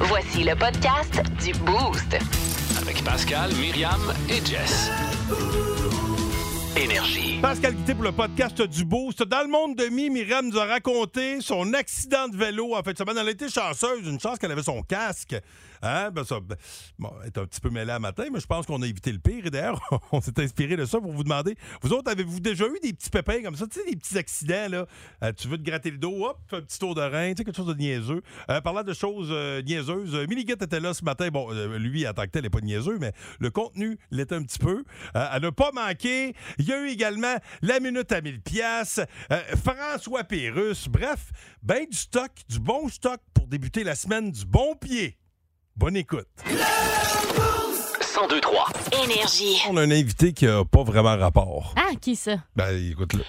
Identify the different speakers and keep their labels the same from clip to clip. Speaker 1: Voici le podcast du Boost.
Speaker 2: Avec Pascal, Myriam et Jess. Énergie.
Speaker 3: Pascal Guité pour le podcast du Boost. Dans le monde de mi, Myriam nous a raconté son accident de vélo en fait semaine. Elle a été chanceuse, une chance qu'elle avait son casque. Hein? Ben, ça, ben, bon, elle est un petit peu mêlée à matin, mais je pense qu'on a évité le pire. Et d'ailleurs, on s'est inspiré de ça pour vous demander. Vous autres, avez-vous déjà eu des petits pépins comme ça? Tu sais, des petits accidents, là. Euh, tu veux te gratter le dos, hop, un petit tour de rein, tu sais, quelque chose de niaiseux. Euh, parlant de choses euh, niaiseuses, euh, Milligan était là ce matin. Bon, euh, lui, en tant que tel, n'est pas niaiseux, mais le contenu l'était un petit peu. Euh, à ne pas manquer, il y a eu également la minute à 1000 pièces, François Pérus. Bref, ben du stock, du bon stock pour débuter la semaine du bon pied. Bonne écoute.
Speaker 2: 1023.
Speaker 1: Énergie.
Speaker 3: On a un invité qui n'a pas vraiment rapport.
Speaker 4: Ah, qui ça?
Speaker 3: Ben, écoute-le.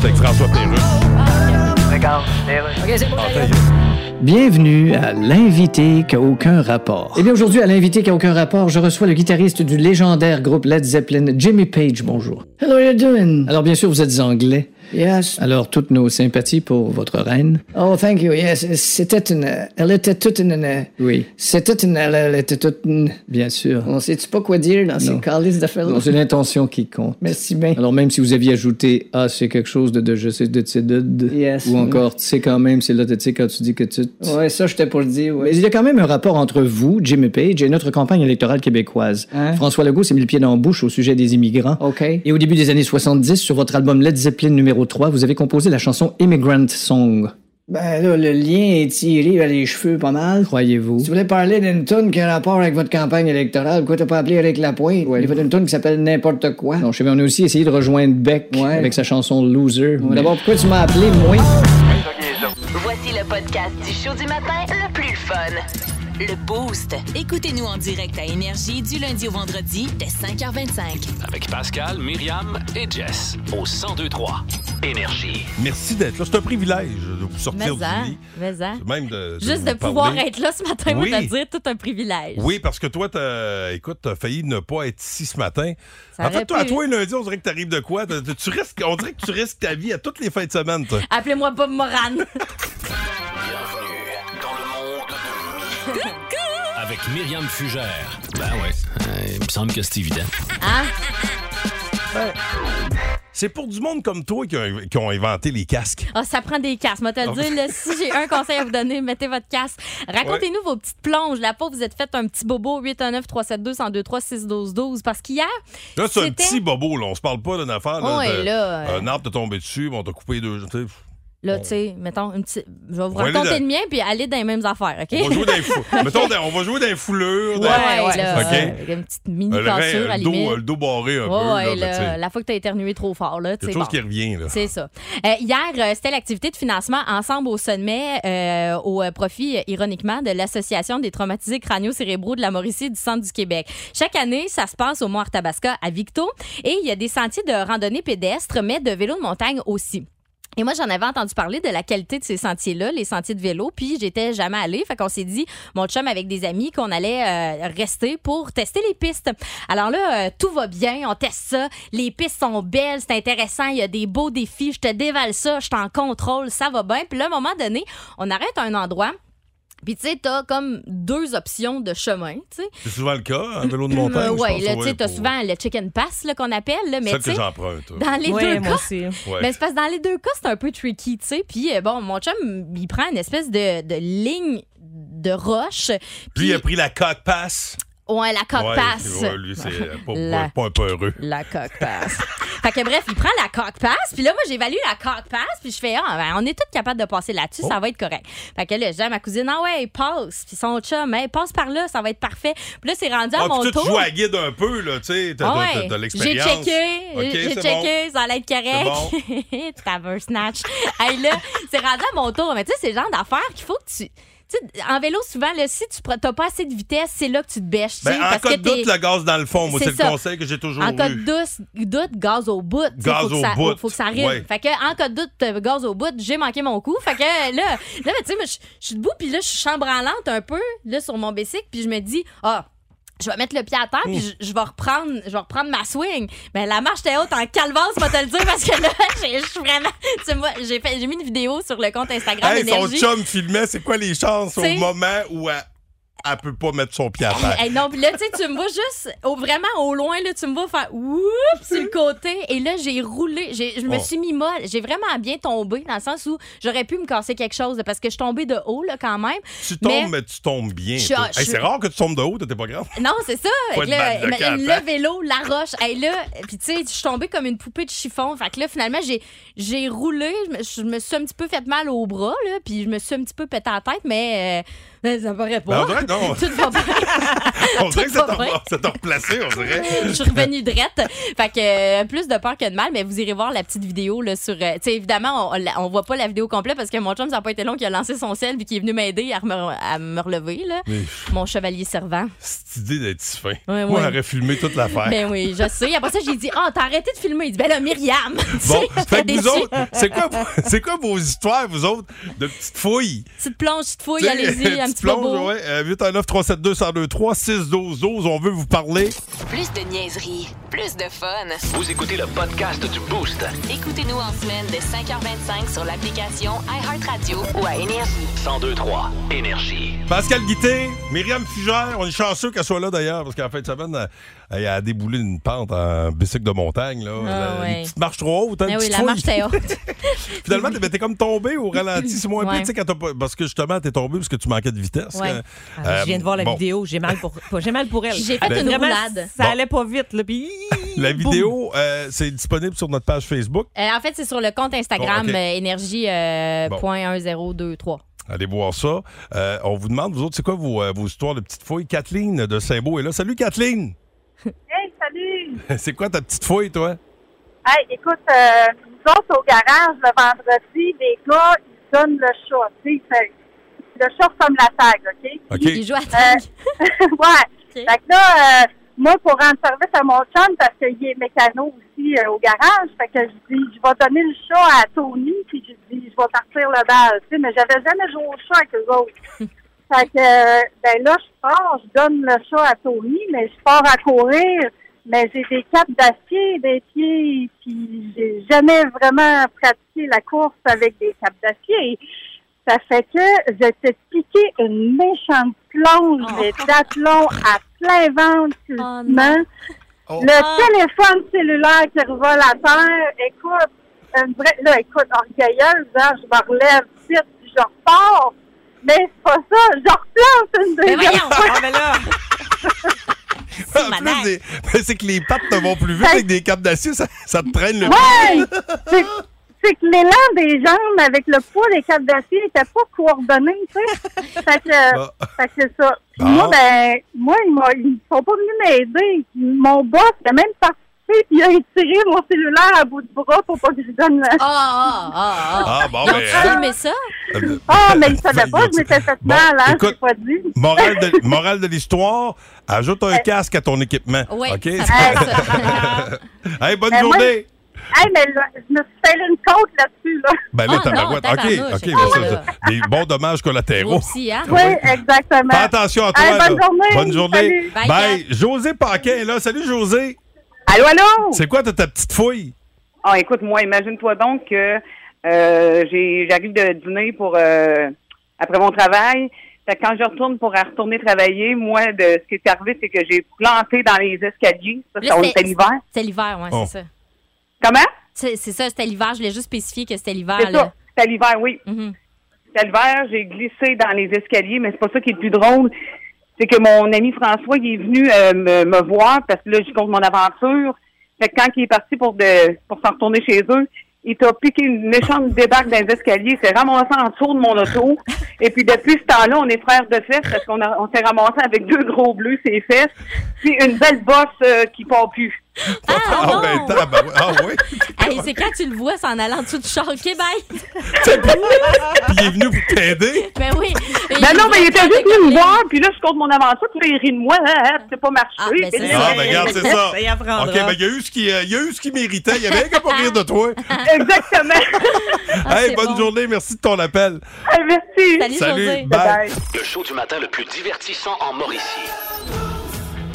Speaker 3: C'est avec François Pérus.
Speaker 5: Bienvenue à l'invité qui a aucun rapport. Eh bien aujourd'hui à l'invité qui a aucun rapport, je reçois le guitariste du légendaire groupe Led Zeppelin, Jimmy Page. Bonjour.
Speaker 6: Hello, you're doing?
Speaker 5: Alors bien sûr vous êtes anglais.
Speaker 6: Yes.
Speaker 5: Alors toutes nos sympathies pour votre reine.
Speaker 6: Oh, thank you. Yes, c'était une. euh, Elle était toute une. euh,
Speaker 5: Oui,
Speaker 6: C'était une. Elle, elle était toute une.
Speaker 5: bien sûr.
Speaker 6: On sait-tu pas quoi dire dans ces calices d'affaires-là?
Speaker 5: C'est l'intention qui compte.
Speaker 6: Merci bien.
Speaker 5: Alors même si vous aviez ajouté ah c'est quelque chose de de je sais de c'est de, de
Speaker 6: Yes.
Speaker 5: ou encore tu sais quand même c'est là tu sais quand tu dis que tu
Speaker 6: Ouais, ça, j'étais pour le dire, ouais.
Speaker 5: Mais il y a quand même un rapport entre vous, Jimmy Page, et notre campagne électorale québécoise.
Speaker 6: Hein?
Speaker 5: François Legault s'est mis le pied dans la bouche au sujet des immigrants.
Speaker 6: OK.
Speaker 5: Et au début des années 70, sur votre album Led Zeppelin numéro 3, vous avez composé la chanson Immigrant Song.
Speaker 6: Ben là, le lien est tiré vers les cheveux pas mal.
Speaker 5: Croyez-vous?
Speaker 6: Si vous voulez parler d'une toune qui a rapport avec votre campagne électorale, pourquoi t'as pas appelé Eric Lapointe? Il fait une toune qui s'appelle N'importe quoi.
Speaker 5: Non, je sais, bien, on a aussi essayé de rejoindre Beck
Speaker 6: Ouais.
Speaker 5: avec sa chanson Loser.
Speaker 6: Bon,
Speaker 5: mais-
Speaker 6: D'abord, pourquoi tu m'as appelé, moi?
Speaker 1: Voici le podcast du show du matin le plus fun. Le Boost.
Speaker 7: Écoutez-nous en direct à Énergie du lundi au vendredi dès 5h25.
Speaker 2: Avec Pascal, Myriam et Jess. Au 1023. Énergie.
Speaker 3: Merci d'être là. C'est un privilège de vous sortir
Speaker 4: Mais-en,
Speaker 3: du lit.
Speaker 4: mais-en.
Speaker 3: Même de,
Speaker 4: hein? Juste
Speaker 3: vous
Speaker 4: de pouvoir
Speaker 3: parler.
Speaker 4: être là ce matin, moi,
Speaker 3: Oui.
Speaker 4: te dire tout un privilège.
Speaker 3: Oui, parce que toi, t'as, écoute, t'as failli ne pas être ici ce matin.
Speaker 4: Ça
Speaker 3: en fait,
Speaker 4: aurait
Speaker 3: toi, à
Speaker 4: pu.
Speaker 3: toi, lundi, on dirait que t'arrives de quoi? T'as- t'as- tu risques, on dirait que tu risques ta vie à toutes les fins de semaine, toi.
Speaker 4: Appelez-moi Bob Moran.
Speaker 2: Dans le monde de Avec Myriam Fugère. Ben ouais. il me semble que c'est évident.
Speaker 4: Hein?
Speaker 3: C'est pour du monde comme toi qui a- qui ont inventé les casques.
Speaker 4: Ah, ça prend des casques. Moi, te le dire, là, si j'ai un conseil à vous donner, mettez votre casque. Racontez-nous vos petites plonges. La peau, vous êtes fait un petit bobo 819 372 1023 612 12 parce qu'hier,
Speaker 3: Là, c'est un
Speaker 4: C'était-
Speaker 3: petit bobo, là. On se parle pas d'une affaire. Ah, Là,
Speaker 4: Oh, et
Speaker 3: de-
Speaker 4: là, euh,
Speaker 3: Un arbre t'a tombé dessus, bon, t'a coupé deux. tu sais,
Speaker 4: là, tu sais, mettons, une petite... je vais vous
Speaker 3: Ouais,
Speaker 4: raconter
Speaker 3: là,
Speaker 4: le mien puis aller dans les mêmes affaires, OK?
Speaker 3: On va jouer dans les fou- Mettons, dans- on va jouer dans les foulures. dans-
Speaker 4: Ouais, là,
Speaker 3: OK.
Speaker 4: euh, avec une petite mini
Speaker 3: Euh, le, rein,
Speaker 4: cassure à la
Speaker 3: le dos,
Speaker 4: limite.
Speaker 3: euh, le dos barré un
Speaker 4: Ouais,
Speaker 3: peu.
Speaker 4: ouais,
Speaker 3: là, mais tu
Speaker 4: là,
Speaker 3: sais,
Speaker 4: la fois que t'as éternué trop fort, là, tu sais.
Speaker 3: quelque chose
Speaker 4: bon.
Speaker 3: qui revient, là.
Speaker 4: C'est ça. Euh, hier, euh, c'était l'activité de financement Ensemble au sommet euh, au euh, profit, euh, ironiquement, de l'Association des traumatisés crânio-cérébraux de la Mauricie et du Centre du Québec. Chaque année, ça se passe au Mont Arthabasca à Victo et il y a des sentiers de randonnée pédestre, mais de vélo de montagne aussi. Et moi, j'en avais entendu parler de la qualité de ces sentiers-là, les sentiers de vélo, puis j'étais jamais allée. Fait qu'on s'est dit, mon chum avec des amis, qu'on allait euh, rester pour tester les pistes. Alors là, euh, tout va bien, on teste ça. Les pistes sont belles, c'est intéressant, il y a des beaux défis, je te dévale ça, je t'en contrôle, ça va bien. Puis là, à un moment donné, on arrête à un endroit. Puis tu sais, t'as comme deux options de chemin, tu sais.
Speaker 3: C'est souvent le cas, un vélo de montagne.
Speaker 4: Euh,
Speaker 3: je
Speaker 4: ouais,
Speaker 3: pense,
Speaker 4: là, tu sais, t'as
Speaker 3: pour-
Speaker 4: souvent le chicken pass là, qu'on appelle, là, mais
Speaker 3: Celle
Speaker 4: tu
Speaker 3: que
Speaker 4: sais,
Speaker 3: j'emprunte. là.
Speaker 4: dans les
Speaker 8: Oui,
Speaker 4: deux
Speaker 8: moi
Speaker 4: cas,
Speaker 8: aussi.
Speaker 3: Ouais.
Speaker 4: ben, c'est parce que dans les deux cas, c'est un peu tricky, tu sais. Puis, euh, bon, mon chum, il prend une espèce de, de ligne de roche.
Speaker 3: Lui,
Speaker 4: Puis,
Speaker 3: il a pris la coque passe.
Speaker 4: ouais, la coque
Speaker 3: Ouais,
Speaker 4: passe.
Speaker 3: ouais, lui, c'est euh, pas,
Speaker 4: La-
Speaker 3: pas- pas un peu heureux.
Speaker 4: La coque passe. fait que bref, il prend la coque passe, puis là, moi, j'évalue la coque passe, puis je fais, ah, ben, on est tous capables de passer
Speaker 3: Oh.
Speaker 4: là-dessus, ça va être correct. Fait que là, je dis à ma cousine, ah ouais, passe, puis son chum, hey, passe par là, ça va être parfait. Puis là, c'est rendu à
Speaker 3: Ah,
Speaker 4: mon
Speaker 3: puis toi,
Speaker 4: tour.
Speaker 3: tu joues à guide un peu, là, tu sais. T'as
Speaker 4: Ah
Speaker 3: t'as-
Speaker 4: ouais.
Speaker 3: t'as- t'as de
Speaker 4: J'ai
Speaker 3: l'expérience. Ben,
Speaker 4: checké,
Speaker 3: Ok,
Speaker 4: j'ai
Speaker 3: c'est
Speaker 4: checké, ça allait être correct. T'as un snatch. hey, là, c'est rendu à mon tour. Mais tu sais, c'est le genre d'affaires qu'il faut que tu. Tu sais, en vélo, souvent, là, si tu n'as pas assez de vitesse, c'est là que tu te bêches. tu
Speaker 3: Ben,
Speaker 4: sais,
Speaker 3: en
Speaker 4: parce
Speaker 3: cas
Speaker 4: que
Speaker 3: de doute,
Speaker 4: t'es-
Speaker 3: le gaz dans le fond, moi,
Speaker 4: C'est
Speaker 3: c'est le
Speaker 4: ça.
Speaker 3: conseil que j'ai toujours
Speaker 4: en cas de
Speaker 3: eu.
Speaker 4: douce- doute, gaz au bout. Tu sais,
Speaker 3: Gaz
Speaker 4: faut que
Speaker 3: au
Speaker 4: ça,
Speaker 3: bout.
Speaker 4: Faut que ça arrive.
Speaker 3: Ouais.
Speaker 4: Fait que, en cas de doute, euh, gaz au bout, j'ai manqué mon coup. Fait que euh, là, là mais tu sais, moi, je je suis debout, puis là, je suis chambranlante un peu là, sur mon bicycle, puis je me dis, ah, je vais mettre le pied à terre, puis
Speaker 3: Hmm.
Speaker 4: je- je vais reprendre, je vais reprendre ma swing. Mais la marche était haute en calvance, moi te le dire, parce que là, j'ai- je suis vraiment. Tu sais, moi, j'ai fait- j'ai mis une vidéo sur le compte Instagram
Speaker 3: Hey, son
Speaker 4: Énergie.
Speaker 3: chum filmait, c'est quoi les chances au
Speaker 4: T'sais.
Speaker 3: moment où elle elle peut pas mettre son pied à terre.
Speaker 4: Hey, non, puis là, tu sais, tu me vois juste au- vraiment au loin, là, tu me vois faire oups sur le côté. Et là, j'ai roulé. J'ai- Je me
Speaker 3: Oh.
Speaker 4: suis mis molle. J'ai vraiment bien tombé dans le sens où j'aurais pu me casser quelque chose là, parce que je suis tombée de haut, là, quand même.
Speaker 3: Tu tombes, mais,
Speaker 4: Mais-
Speaker 3: tu tombes bien.
Speaker 4: Je suis-
Speaker 3: toi.
Speaker 4: je
Speaker 3: Hey,
Speaker 4: suis-
Speaker 3: C'est rare que tu tombes de haut, t'es pas grave.
Speaker 4: Non, c'est ça.
Speaker 3: Faut
Speaker 4: Fait que
Speaker 3: être
Speaker 4: là,
Speaker 3: battre de
Speaker 4: ma-
Speaker 3: quatre, hein?
Speaker 4: le vélo, la roche. Hey, là, puis tu sais, je suis tombée comme une poupée de chiffon. Fait que là, finalement, j'ai, j'ai roulé. Je me- Je me suis un petit peu fait mal au bras, là, puis je me suis un petit peu pété la tête, mais euh, mais ça paraît
Speaker 3: Ben,
Speaker 4: pas.
Speaker 3: on dirait que non.
Speaker 4: Tout va bien.
Speaker 3: On dirait que
Speaker 4: Tout
Speaker 3: ça
Speaker 4: va
Speaker 3: t'a
Speaker 4: bien.
Speaker 3: ça t'a replacé, on dirait.
Speaker 4: je suis revenue drette. Fait que euh, plus de peur que de mal, mais vous irez voir la petite vidéo là, sur. euh, tu sais, évidemment, on, la- on voit pas la vidéo complète parce que mon chum, ça n'a pas été long qui a lancé son sel puis qui est venu m'aider à, me- à me relever. Là.
Speaker 3: Mais
Speaker 4: Mon chevalier servant.
Speaker 3: cette idée d'être si fin.
Speaker 4: Ouais,
Speaker 3: Moi,
Speaker 4: ouais.
Speaker 3: j'aurais filmé toute l'affaire.
Speaker 4: Ben oui, je sais. Après ça, j'ai dit Ah, t'as arrêté de filmer. Il dit Ben là, Myriam. Tu
Speaker 3: Bon,
Speaker 4: sais,
Speaker 3: fait
Speaker 4: j'étais
Speaker 3: que vous
Speaker 4: déçue.
Speaker 3: autres, c'est quoi, c'est quoi vos histoires, vous autres, de petites fouilles?
Speaker 4: Petite plonge, petite fouille,
Speaker 3: T'sais,
Speaker 4: allez-y, un
Speaker 3: tu
Speaker 4: petit peu
Speaker 3: plonges,
Speaker 4: beau.
Speaker 3: ouais, euh, 819 372 1023 6 12 12 on veut vous parler.
Speaker 7: Plus de niaiserie, plus de fun.
Speaker 2: Vous écoutez le podcast du Boost.
Speaker 7: Écoutez-nous en semaine de 5h25 sur l'application iHeartRadio ou à Énergie.
Speaker 2: 1023 Énergie.
Speaker 3: Pascal Guité, Myriam Fugère, on est chanceux qu'elle soit là d'ailleurs, parce qu'en fin de semaine, elle, elle a déboulé une pente en bicycle de montagne. Là.
Speaker 4: Ah,
Speaker 3: Elle a Une
Speaker 4: ouais.
Speaker 3: petite marche trop haute. hein, une
Speaker 4: Ben oui,
Speaker 3: petite
Speaker 4: la marche
Speaker 3: fouille.
Speaker 4: était haute.
Speaker 3: Finalement, t'es ben, t'es comme tombé au ralenti, c'est moins
Speaker 4: Ouais.
Speaker 3: pire, tu sais, quand t'as pas- parce que justement, t'es tombé parce que tu manquais de vitesse.
Speaker 4: Ouais.
Speaker 3: Euh,
Speaker 8: Ah, je viens de voir la
Speaker 3: bon,
Speaker 8: vidéo, j'ai mal pour pas- j'ai mal pour elle.
Speaker 4: J'ai fait
Speaker 8: Ah,
Speaker 4: une
Speaker 8: vraiment,
Speaker 4: roulade.
Speaker 8: Ça
Speaker 3: Bon.
Speaker 8: allait pas vite là puis
Speaker 3: La
Speaker 8: boum.
Speaker 3: vidéo, euh, c'est disponible sur notre page Facebook.
Speaker 4: Euh, en fait, c'est sur le compte Instagram euh,
Speaker 3: Bon, ok. Bon.
Speaker 4: énergie.1023.
Speaker 3: Allez voir ça. Euh, on vous demande, vous autres, c'est quoi vos, euh, vos histoires de petites fouilles? Kathleen de Saint-Beau est là. Salut, Kathleen!
Speaker 9: Hey, salut!
Speaker 3: c'est quoi ta petite fouille, toi?
Speaker 9: Hey, écoute, euh, nous autres, au garage, le vendredi, les gars, ils donnent le chat. Tu sais, c'est- le chat ressemble à la tag, OK?
Speaker 3: OK.
Speaker 4: Il joue à tag.
Speaker 9: ouais. Fait que là, euh, moi, pour rendre service à mon chum, parce qu'il est mécano aussi euh, au garage, fait que je dis, je vais donner le chat à Tony, puis je dis, je vais partir le bal, tu sais, mais j'avais jamais joué au chat avec eux autres. fait que, euh, ben là, je pars, je donne le chat à Tony, mais je pars à courir, mais Ben, j'ai des capes d'acier, des pieds, puis j'ai jamais vraiment pratiqué la course avec des capes d'acier. Ça fait que je t'ai piqué une méchante plonge,
Speaker 4: Oh.
Speaker 9: mais d'aplomb à plein ventre sur le
Speaker 4: Oh non.
Speaker 9: ciment.
Speaker 3: Oh.
Speaker 9: Le
Speaker 4: Ah.
Speaker 9: téléphone cellulaire qui revole à terre, écoute, une vraie, là, écoute, orgueilleuse, hein, je me relève vite, puis je repars. Mais c'est pas ça, je replante une
Speaker 4: Mais
Speaker 9: deuxième
Speaker 4: Ben voyons,
Speaker 8: Ah mais là,
Speaker 3: En plus, des- ben, c'est que les pattes te vont plus vite
Speaker 9: Fait-
Speaker 3: avec des capes d'acier, ça, ça te traîne le
Speaker 9: Ouais! C'est- C'est que l'élan des jambes avec le poids des câbles d'acier n'était pas coordonné, tu sais. Fait que,
Speaker 3: Bon.
Speaker 9: fait que c'est ça. Puis
Speaker 3: Bon.
Speaker 9: Moi, ben, moi, ils m'ont- ils sont pas venus m'aider. Mon boss il a même participé, puis il a étiré mon cellulaire à bout de bras pour pas que je donne la...
Speaker 4: Ah, ah, ah, ah.
Speaker 3: Ah, bon,
Speaker 4: Ils ont-tu
Speaker 3: ben, hein.
Speaker 4: filmé ça?
Speaker 3: Euh,
Speaker 9: Ah, mais il savait
Speaker 3: Ils
Speaker 9: pas,
Speaker 3: ont-
Speaker 9: je m'étais fait
Speaker 3: Bon,
Speaker 9: mal, hein,
Speaker 3: écoute,
Speaker 9: j'ai pas dit.
Speaker 3: Morale de, morale de l'histoire, ajoute un casque à ton équipement.
Speaker 4: Oui,
Speaker 3: OK?
Speaker 4: ça fait ça.
Speaker 3: Hey, bonne
Speaker 9: Ben, moi,
Speaker 3: journée!
Speaker 9: Hey, mais là, je me suis fait une côte là-dessus, là.
Speaker 3: Ben là,
Speaker 4: Oh non,
Speaker 3: tabarouette. OK,
Speaker 4: tabarnouche,
Speaker 3: OK.
Speaker 4: c'est
Speaker 3: ben,
Speaker 4: pas
Speaker 3: ça,
Speaker 4: là.
Speaker 3: ça- des bons dommages collatéraux.
Speaker 4: Oupsie, hein?
Speaker 9: Oui, exactement.
Speaker 3: Fais attention à toi.
Speaker 9: Hey, bonne
Speaker 3: là.
Speaker 9: journée.
Speaker 3: Bonne journée.
Speaker 9: Salut.
Speaker 4: Bye,
Speaker 3: Bye. José Paquin est là. Salut, José.
Speaker 10: Allô, allô?
Speaker 3: C'est quoi ta- ta petite fouille?
Speaker 10: Ah, écoute, moi, imagine-toi donc que euh, j'ai- j'arrive de dîner pour euh, après mon travail. Fait que quand je retourne pour retourner travailler, moi, de, ce qui est arrivé, c'est que j'ai planté dans les escaliers. Ça,
Speaker 4: Là,
Speaker 10: ça, on
Speaker 4: c'est-
Speaker 10: était l'hiver.
Speaker 4: C'était l'hiver, ouais,
Speaker 3: Oh.
Speaker 4: c'est ça.
Speaker 10: Comment?
Speaker 4: C'est c'est ça, c'était l'hiver. Je voulais juste spécifier que c'était l'hiver.
Speaker 10: c'est ça.
Speaker 4: Ah, là.
Speaker 10: C'était l'hiver, oui.
Speaker 4: Mhm.
Speaker 10: C'était l'hiver, j'ai glissé dans les escaliers, mais c'est pas ça qui est le plus drôle. C'est que mon ami François, il est venu euh, me, me voir parce que là, je compte mon aventure. Fait que quand il est parti pour de pour s'en retourner chez eux, il t'a piqué une méchante débarque dans les escaliers, il s'est ramassé en dessous de mon auto. Et puis depuis ce temps-là, on est frères de fesses parce qu'on a- on s'est ramassé avec deux gros bleus ses fesses, puis une belle bosse euh, qui part plus.
Speaker 4: Ah, non!
Speaker 3: ben, tabarouette. Ah, oui.
Speaker 4: Hey, c'est quand tu le vois, c'est en allant en dessous du char. OK, bye!
Speaker 3: Puis il est venu pour t'aider.
Speaker 4: Ben oui!
Speaker 10: Ben non, mais il était juste venu me voir, puis là, je compte mon aventure, puis là, il rit de moi, hein, hein, c'est pas marché.
Speaker 4: Ah, ben, c'est ça.
Speaker 3: Ah, ben, regarde, c'est ça.
Speaker 8: ça y
Speaker 4: Ah,
Speaker 8: apprendra.
Speaker 3: OK, ben, il y a eu ce qui, euh, il y a eu ce qui méritait. Il y avait rien qu'à pas rire de toi.
Speaker 10: Exactement.
Speaker 4: Ah,
Speaker 3: hey,
Speaker 4: c'est
Speaker 3: bonne
Speaker 4: bon.
Speaker 3: journée. Merci de ton appel.
Speaker 10: Merci.
Speaker 4: Salut,
Speaker 3: Salut.
Speaker 4: José.
Speaker 3: Bye.
Speaker 2: Le show du matin le plus divertissant en Mauricie.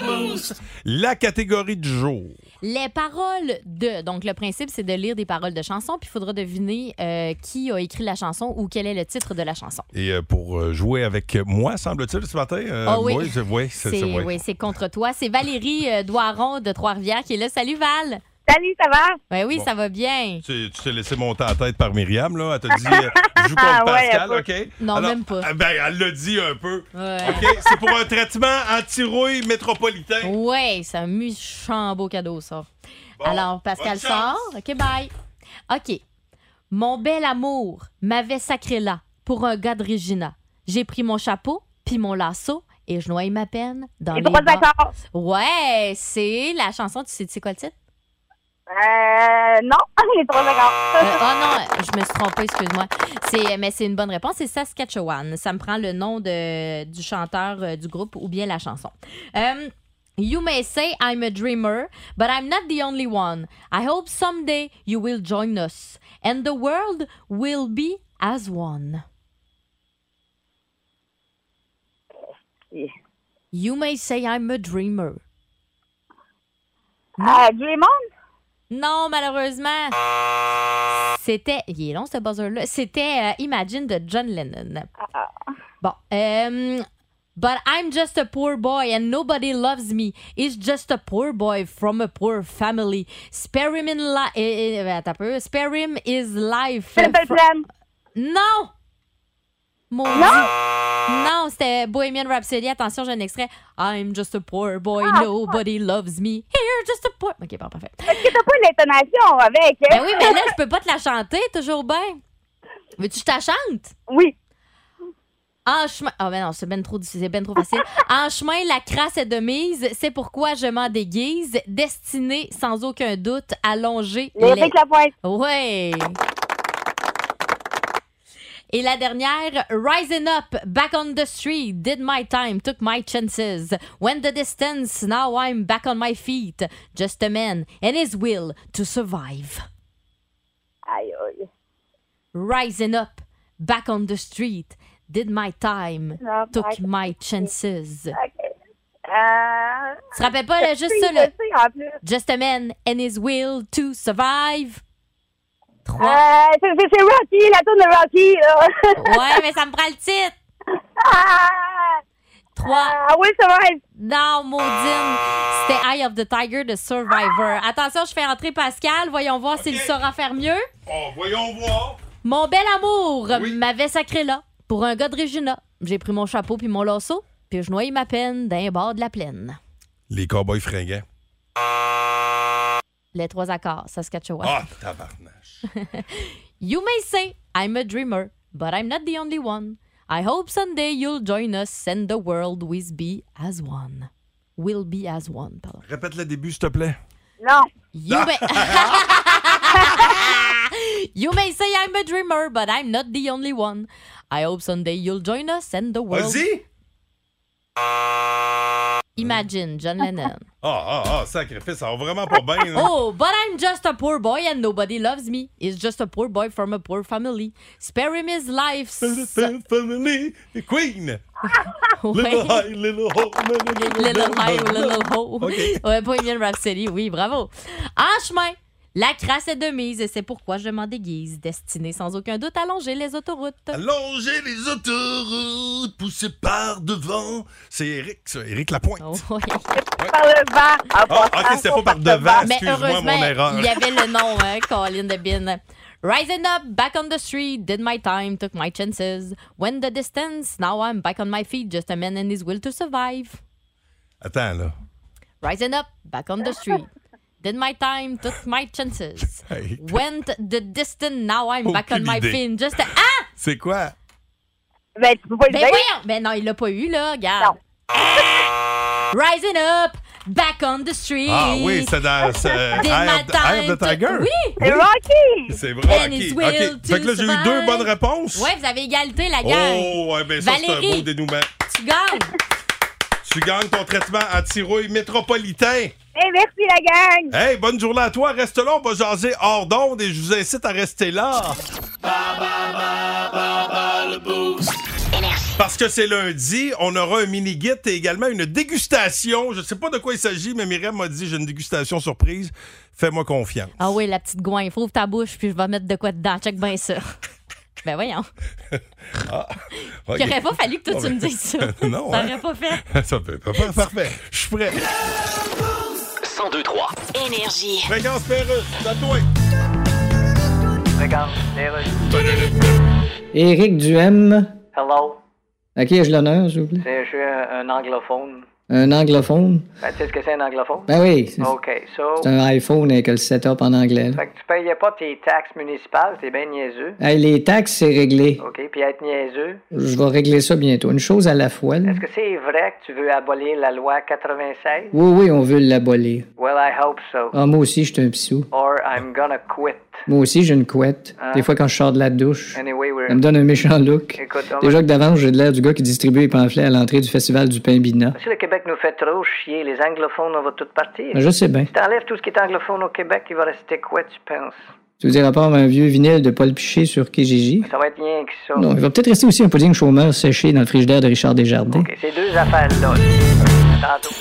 Speaker 3: plus la catégorie du jour.
Speaker 4: Les paroles de. Donc, le principe, c'est de lire des paroles de chansons, puis il faudra deviner euh, qui a écrit la chanson ou quel est le titre de la chanson.
Speaker 3: Et euh, pour euh, jouer avec moi, semble-t-il, ce matin. euh,
Speaker 4: Ah oui.
Speaker 3: moi, je- oui, c'est
Speaker 4: C'est
Speaker 3: c'est- oui.
Speaker 4: oui, c'est contre toi. C'est Valérie euh, Doiron de Trois-Rivières qui est là. Salut, Val.
Speaker 9: Salut, ça va?
Speaker 4: Ben oui,
Speaker 3: Bon.
Speaker 4: ça va bien.
Speaker 3: Tu tu t'es laissé monter en tête par Myriam, là. Elle t'a dit, euh, je joue contre
Speaker 4: Ah ouais,
Speaker 3: Pascal,
Speaker 4: un peu.
Speaker 3: OK?
Speaker 4: Non, même pas.
Speaker 3: ah, Ben, elle l'a dit un peu.
Speaker 4: Ouais.
Speaker 3: OK? C'est pour un traitement anti-rouille métropolitain.
Speaker 4: Ouais, c'est un méchant beau cadeau, ça. Alors, Pascal
Speaker 3: bonne chance.
Speaker 4: sort. OK, bye. OK. Mon bel amour m'avait sacré là pour un gars de Regina. J'ai pris mon chapeau, puis mon lasso, et je noie ma peine dans
Speaker 9: Les
Speaker 4: les,
Speaker 9: trois
Speaker 4: bras.
Speaker 9: accords.
Speaker 4: Ouais, c'est la chanson. Tu sais, tu sais quoi le titre?
Speaker 9: Euh, non, les trois
Speaker 4: Euh,
Speaker 9: accords.
Speaker 4: oh non, je me suis trompée, excuse-moi. C'est, euh, mais c'est une bonne réponse, c'est Saskatchewan. Ça me prend le nom de, du chanteur euh, du groupe ou bien la chanson. Um, you may say I'm a dreamer, but I'm not the only one. I hope someday you will join us, and the world will be as one. You may say I'm a dreamer.
Speaker 9: Euh, Draymond?
Speaker 4: Non, malheureusement. C'était. Il est long, ce buzzer-là. C'était euh, Imagine de John Lennon. Bon. euh, But I'm just a poor boy and nobody loves me. It's just a poor boy from a poor family. Spare him in eh, life. Spare him is life.
Speaker 9: Simple
Speaker 4: Fr-
Speaker 9: Plan.
Speaker 4: Non! Maudit. Non! c'était Bohemian Rhapsody. Attention, j'ai un extrait. I'm just a poor boy, nobody loves me. Here, just a poor. Ok, bon, parfait.
Speaker 9: Est-ce que t'as pas une intonation avec? hein?
Speaker 4: Ben oui, mais là, je peux pas te la chanter, toujours bien. Veux-tu que je te la chante?
Speaker 9: Oui.
Speaker 4: En chemin. Ah, ben non, c'est ben trop difficile, c'est ben trop facile. en chemin, la crasse est de mise. C'est pourquoi je m'en déguise. Destinée, sans aucun doute, à longer
Speaker 9: Les
Speaker 4: les-
Speaker 9: Rick Lapointe.
Speaker 4: Ouais. Et la dernière, Rising Up, Back on the Street, Did My Time, Took My Chances, Went the Distance, Now I'm Back on My Feet, Just a Man and His Will to Survive.
Speaker 9: Aïe, aïe.
Speaker 4: Rising Up, Back on the Street, Did My Time,
Speaker 9: Non,
Speaker 4: Took
Speaker 9: back-
Speaker 4: My Chances.
Speaker 9: OK. Euh...
Speaker 4: Tu te rappelles pas, là, juste
Speaker 9: je
Speaker 4: ça,
Speaker 9: sais,
Speaker 4: là?
Speaker 9: je sais, en plus.
Speaker 4: Just a Man and His Will to Survive. Trois.
Speaker 9: Euh, c'est- c'est c'est Rocky, la tourne de Rocky, là.
Speaker 4: Ouais, mais ça me prend le titre.
Speaker 9: ah,
Speaker 4: Trois.
Speaker 9: ah oui, ça va être...
Speaker 4: Non, Maudine. C'était Eye of the Tiger de Survivor. Attention, je fais entrer Pascal. Voyons voir s'il saura faire mieux.
Speaker 3: Bon, oh, voyons voir.
Speaker 4: Mon bel amour m'avait sacré là pour un gars de Regina. J'ai pris mon chapeau puis mon lasso, puis je noyais ma peine d'un bord de la plaine.
Speaker 3: Les cowboys fringants.
Speaker 4: Les trois accords, Saskatchewan.
Speaker 3: Ah, tabarnache.
Speaker 4: You may say I'm a dreamer, but I'm not the only one. I hope someday you'll join us and the world will be as one. Will be as one, pardon.
Speaker 3: Répète le début, s'il te plaît.
Speaker 9: Non.
Speaker 4: You may... you may say I'm a dreamer, but I'm not the only one. I hope someday you'll join us and the world.
Speaker 3: Vas-y.
Speaker 4: Imagine, John Lennon.
Speaker 3: Ah, ah, ah, sacrifice, ça va vraiment pas bien. hein. là.
Speaker 4: oh, but I'm just a poor boy and nobody loves me. It's just a poor boy from a poor family. Spare him his life.
Speaker 3: Little Family Queen. Little
Speaker 4: Ouais.
Speaker 3: high, little ho.
Speaker 4: Little high, little ho.
Speaker 3: OK.
Speaker 4: Ouais, Bohemian Rhapsody, oui, bravo. En chemin, la crasse est de mise et c'est pourquoi je m'en déguise. Destinée sans aucun doute à longer les autoroutes.
Speaker 3: Ah. Allongez les autoroutes, poussées par devant. C'est Eric, ça, Eric Lapointe.
Speaker 4: Oh, oui.
Speaker 9: Par le vent. Ah,
Speaker 3: Ah, ok, c'était pas par devant,
Speaker 4: Mais
Speaker 3: Ah, excuse-moi
Speaker 4: heureusement,
Speaker 3: mon erreur.
Speaker 4: il y avait le nom, hein, Colin de Bin. Rising up, back on the street, did my time, took my chances. Went the distance, now I'm back on my feet, just a man and his will to survive.
Speaker 3: Attends, là.
Speaker 4: Rising up, back on the street. Did my time, took my chances.
Speaker 3: Hey,
Speaker 4: Went the distance, now I'm back on
Speaker 3: Aucune
Speaker 4: my
Speaker 3: idée.
Speaker 4: feet, just a... Ah!
Speaker 3: C'est quoi?
Speaker 9: Ben, tu peux pas le
Speaker 4: Ben
Speaker 9: dire.
Speaker 4: voyons! Ben non, il l'a pas eu, là, regarde.
Speaker 9: Non.
Speaker 4: Rising up, back on the street.
Speaker 3: Ah oui, c'est dans c'est, euh,
Speaker 4: Did
Speaker 3: Eye
Speaker 4: my
Speaker 3: of the- Eye
Speaker 4: time,
Speaker 3: of the Tiger.
Speaker 4: took- Oui!
Speaker 9: C'est Rocky.
Speaker 3: C'est
Speaker 4: And
Speaker 3: vrai, ok.
Speaker 4: his
Speaker 3: ok.
Speaker 4: will to
Speaker 3: Fait que là, j'ai eu deux
Speaker 4: survive.
Speaker 3: bonnes réponses.
Speaker 4: Ouais, vous avez égalité, la gang.
Speaker 3: Oh, ouais, ben ça, c'est un
Speaker 4: Valérie.
Speaker 3: beau dénouement.
Speaker 4: Tu gagnes.
Speaker 3: Tu gagnes ton traitement anti-rouille métropolitain.
Speaker 9: Eh, merci, la gang.
Speaker 3: Hey, bonne journée à toi. Reste là, on va jaser hors d'onde et je vous incite à rester là.
Speaker 1: Énergie.
Speaker 3: Parce que c'est lundi, on aura un mini-guide et également une dégustation. Je sais pas de quoi il s'agit, mais Myriam m'a dit j'ai une dégustation surprise. Fais-moi confiance.
Speaker 4: Ah oui, la petite goinfre, ouvre ta bouche, puis je vais mettre de quoi dedans. Check bien ça. Ben voyons.
Speaker 3: Ah,
Speaker 4: Il
Speaker 3: ok.
Speaker 4: n'aurait pas fallu que toi,
Speaker 3: Bon,
Speaker 4: tu me
Speaker 3: ben,
Speaker 4: dises ça.
Speaker 3: non,
Speaker 4: Ça
Speaker 3: hein.
Speaker 4: aurait pas fait.
Speaker 3: Ça peut pas. pas- Parfait. Je suis prêt.
Speaker 2: 102-3.
Speaker 7: Énergie.
Speaker 3: Fréquence Pérusse, à toi.
Speaker 5: Éric Duhem.
Speaker 11: Hello.
Speaker 5: À qui ai-je l'honneur, s'il vous plaît?
Speaker 11: C'est- Je suis un, un anglophone.
Speaker 5: Un anglophone.
Speaker 11: Ben, tu sais ce que c'est un anglophone?
Speaker 5: Ben oui, c'est-
Speaker 11: OK, so.
Speaker 5: C'est un iPhone avec le setup en anglais. là.
Speaker 11: Fait que tu payais pas tes taxes municipales, t'es bien niaiseux.
Speaker 5: Hey, les taxes, c'est réglé.
Speaker 11: OK, puis être niaiseux.
Speaker 5: Je vais régler ça bientôt. Une chose à la fois. là.
Speaker 11: Est-ce que c'est vrai que tu veux abolir la loi 96?
Speaker 5: Oui, oui, on veut l'abolir.
Speaker 11: Well, I hope so.
Speaker 5: Ah, moi aussi, je suis un pissou.
Speaker 11: Or I'm gonna quit.
Speaker 5: Moi aussi, j'ai une couette.
Speaker 11: Ah.
Speaker 5: Des fois, quand je sors de la douche,
Speaker 11: Anyway, we're.
Speaker 5: ça me donne un méchant look.
Speaker 11: Écoute, on
Speaker 5: Déjà
Speaker 11: va-
Speaker 5: que d'avance, j'ai de l'air du gars qui distribue les pamphlets à l'entrée du festival du pain bina.
Speaker 11: Si le Québec nous fait trop chier, les anglophones, on va tous partir.
Speaker 5: Ben, je sais bien.
Speaker 11: Si t'enlèves tout ce qui est anglophone au Québec, il va rester quoi, tu penses?
Speaker 5: Tu veux dire à part un vieux vinyle de Paul Piché sur Kijiji?
Speaker 11: Ça va être rien que ça.
Speaker 5: Non, il va peut-être rester aussi un pudding chômeur séché dans le frigidaire de Richard Desjardins.
Speaker 11: OK, ces deux affaires-là. À tantôt.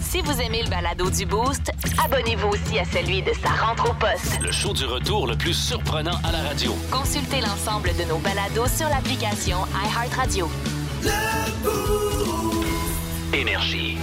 Speaker 1: Si vous aimez le balado du Boost, abonnez-vous aussi à celui de sa rentre au poste.
Speaker 2: Le show du retour le plus surprenant à la radio.
Speaker 7: Consultez l'ensemble de nos balados sur l'application iHeartRadio.
Speaker 2: Énergie.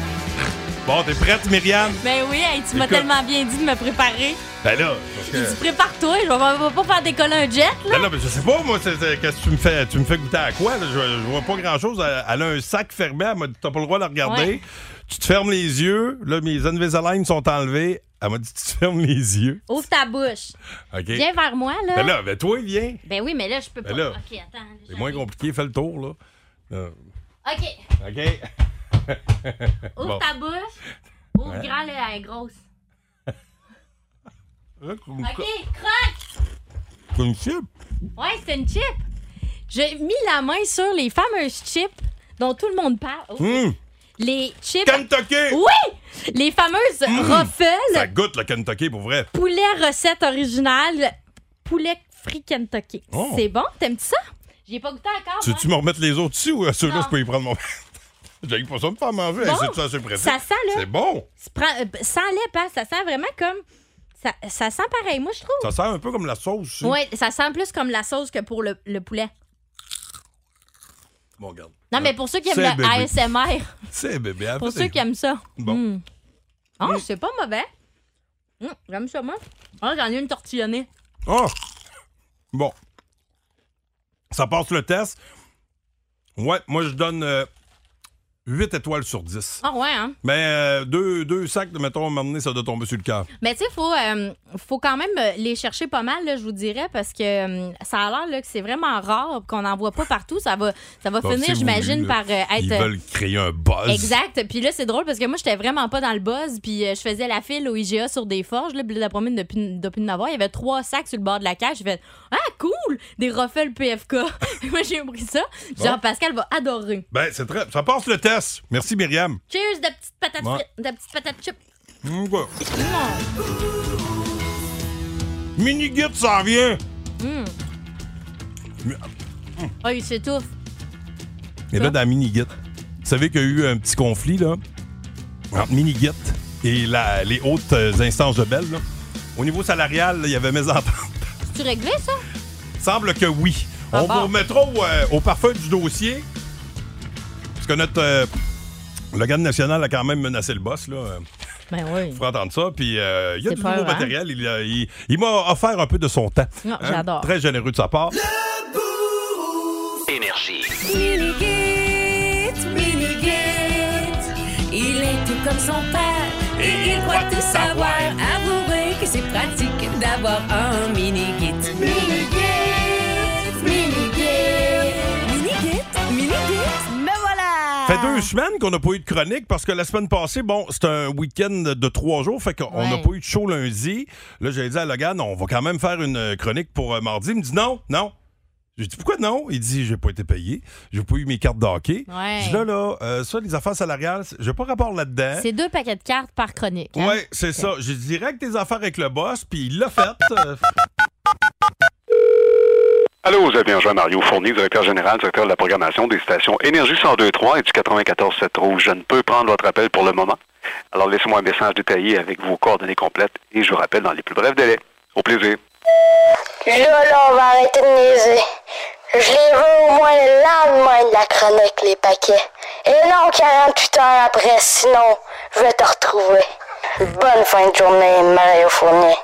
Speaker 3: Bon, t'es prête, Myriam?
Speaker 4: Ben oui, hey, tu m'as
Speaker 3: Écoute.
Speaker 4: tellement bien dit de me préparer.
Speaker 3: Ben là, parce que.
Speaker 4: Prépare-toi, je vais on va pas faire décoller un jet, là.
Speaker 3: Ben là, ben je sais pas, moi, c'est- c'est- qu'est-ce que tu me fais? Tu me fais goûter à quoi? là? Je, je vois pas grand-chose. Elle, elle a un sac fermé, elle m'a dit, t'as pas le droit de la regarder.
Speaker 4: Ouais.
Speaker 3: Tu te fermes les yeux. Là, mes Invisalign sont enlevés. Elle m'a dit, tu te fermes les yeux.
Speaker 4: Ouvre ta bouche.
Speaker 3: OK?
Speaker 4: Viens vers moi, là.
Speaker 3: Ben là, ben toi, viens.
Speaker 4: Ben oui, mais là, je peux pas.
Speaker 3: Ben là.
Speaker 4: OK, attends.
Speaker 3: C'est moins compliqué, fais le tour, là. Euh,
Speaker 4: OK,
Speaker 3: OK?
Speaker 4: ouvre
Speaker 3: Bon.
Speaker 4: ta bouche. Ouvre
Speaker 3: Ouais.
Speaker 4: grand, là, elle est grosse.
Speaker 3: Là, comme-
Speaker 4: OK, croque!
Speaker 3: comme chip.
Speaker 4: Ouais, c'est une chip. J'ai mis la main sur les fameuses chips dont tout le monde parle. Oh.
Speaker 3: Hum,
Speaker 4: Les chips...
Speaker 3: Kentucky!
Speaker 4: Oui! Les fameuses
Speaker 3: Hum.
Speaker 4: Ruffles.
Speaker 3: Ça goûte le Kentucky, pour vrai.
Speaker 4: poulet recette originale, poulet free Kentucky.
Speaker 3: Oh.
Speaker 4: C'est bon? T'aimes-tu ça? J'y ai pas goûté encore. hein.
Speaker 3: Tu
Speaker 4: moi.
Speaker 3: veux-tu me remettre les autres dessus ou à ceux-là,
Speaker 4: Non.
Speaker 3: je peux y prendre mon. J'ai pas ça me faire manger. Hey,
Speaker 4: Bon.
Speaker 3: C'est-tu assez pratique?
Speaker 4: Ça sent, là.
Speaker 3: C'est bon.
Speaker 4: Tu prends- euh, sans lait, pas. Ça sent vraiment comme. Ça, ça sent pareil, moi, je trouve.
Speaker 3: Ça sent un peu comme la sauce. aussi.
Speaker 4: Oui, ça sent plus comme la sauce que pour le, le poulet.
Speaker 3: Bon, regarde.
Speaker 4: Non, mais pour ceux qui aiment
Speaker 3: C'est
Speaker 4: le
Speaker 3: bébé.
Speaker 4: ASMR,
Speaker 3: C'est bébé.
Speaker 4: pour
Speaker 3: après,
Speaker 4: ceux qui aiment ça.
Speaker 3: Bon. Mmh.
Speaker 4: Mm. Oh, c'est pas mauvais. Mm, J'aime ça, moi. Oh, j'en ai une tortillonnée.
Speaker 3: Ah! Bon. Ça passe le test. Ouais, moi, je donne euh, 8 étoiles sur 10.
Speaker 4: Ah, ouais, hein?
Speaker 3: Mais euh, deux, deux sacs de mettons, m'emmener, ça doit tomber sur le cœur.
Speaker 4: Mais tu sais, faut, euh, faut quand même euh, les chercher pas mal, là, je vous dirais, parce que euh, ça a l'air là, que c'est vraiment rare qu'on n'en voit pas partout. Ça va, ça va
Speaker 3: Bon, c'est
Speaker 4: finir,
Speaker 3: voulu,
Speaker 4: j'imagine,
Speaker 3: là.
Speaker 4: par euh, être.
Speaker 3: Ils veulent créer un buzz.
Speaker 4: Exact. Puis là, c'est drôle parce que moi, j'étais vraiment pas dans le buzz. Puis euh, je faisais la file au IGA sur des forges. Là, puis la promène depuis depuis de n'avoir. Il y avait trois sacs sur le bord de la cage. J'ai fait Ah, cool Des Ruffles PFK. moi, j'ai pris ça. Puis
Speaker 3: Bon.
Speaker 4: Genre, Pascal va adorer.
Speaker 3: Ben, c'est très. Ça passe le test. Merci, Myriam.
Speaker 4: Cheers, de petites patates
Speaker 3: Bon.
Speaker 4: frites, de petites patates chips.
Speaker 3: Mm, quoi. Miniguit, ça vient.
Speaker 4: Mm.
Speaker 3: Mais-
Speaker 4: Oh, il s'étouffe.
Speaker 3: Et là, dans la Miniguit, vous savez qu'il y a eu un petit conflit, là, entre Miniguit et la- les hautes euh, instances de Bell, là. Au niveau salarial, là, il y avait mes ententes.
Speaker 4: Tu réglé ça
Speaker 3: Semble que oui.
Speaker 4: Ah
Speaker 3: On
Speaker 4: bon.
Speaker 3: vous remettra au, euh, au parfum du dossier. Parce que notre. euh, le garde national a quand même menacé le boss, là. Euh,
Speaker 4: Ben oui.
Speaker 3: faut entendre ça. Puis euh, il y a
Speaker 4: C'est
Speaker 3: du
Speaker 4: peur,
Speaker 3: nouveau
Speaker 4: hein?
Speaker 3: matériel. Il, a- il- il m'a offert un peu de son temps. hein?
Speaker 4: Non, Ah, j'adore.
Speaker 3: Très généreux de sa part.
Speaker 2: Énergie.
Speaker 12: Il est tout comme son père et il croit tout savoir. Avouez que c'est pratique d'avoir un mini-git. Mini-git, mini-git. Mini-git, mini-git, me voilà!
Speaker 3: Fait deux semaines qu'on n'a pas eu de chronique parce que la semaine passée, bon, c'était un week-end de trois jours, fait qu'on n'a pas eu de show lundi. Là, j'ai dit à Logan, on va quand même faire une chronique pour euh, mardi. Il me dit non, non. J'ai dit pourquoi non? Il dit j'ai pas été payé, j'ai pas eu mes cartes de hockey.
Speaker 4: Ouais.
Speaker 3: Je dis, là, là, euh, ça, les affaires salariales, c'est- j'ai pas rapport là-dedans.
Speaker 4: C'est deux paquets de cartes par chronique. hein?
Speaker 3: Ouais, c'est ça. J'ai dit, direct tes affaires avec le boss, puis il l'a fait. Euh,
Speaker 13: Allô, vous avez bien rejoint Mario Fournier, directeur général, directeur de la programmation des stations Énergie 1023 et du 94-7 Rouge. Je ne peux prendre votre appel pour le moment. Alors laissez-moi un message détaillé avec vos coordonnées complètes et je vous rappelle dans les plus brefs délais. Au plaisir.
Speaker 14: Là, là, on va arrêter de niaiser. Je les veux au moins le lendemain de la chronique, les paquets. Et non 48 heures après, sinon, je vais te retrouver. Bonne fin de journée, Mario Fournier.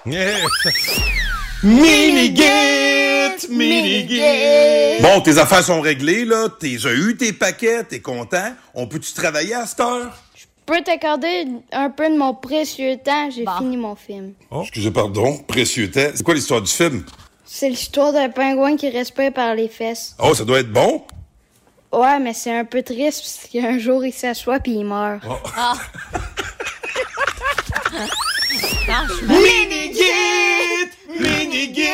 Speaker 3: Minigit! Minigit! Bon, tes affaires sont réglées, là. T'es as eu tes paquets, t'es content. On peut-tu travailler à cette heure?
Speaker 15: Je peux t'accorder un peu de mon précieux temps, j'ai fini mon film.
Speaker 3: Oh, Excusez, pardon. Précieux temps. C'est quoi l'histoire du film?
Speaker 15: C'est l'histoire d'un pingouin qui respire par les fesses.
Speaker 3: Oh, ça doit être bon.
Speaker 15: Ouais, mais c'est un peu triste parce qu'un jour il s'assoit puis il meurt.
Speaker 3: Oh.
Speaker 12: Minigit!
Speaker 3: Minigit!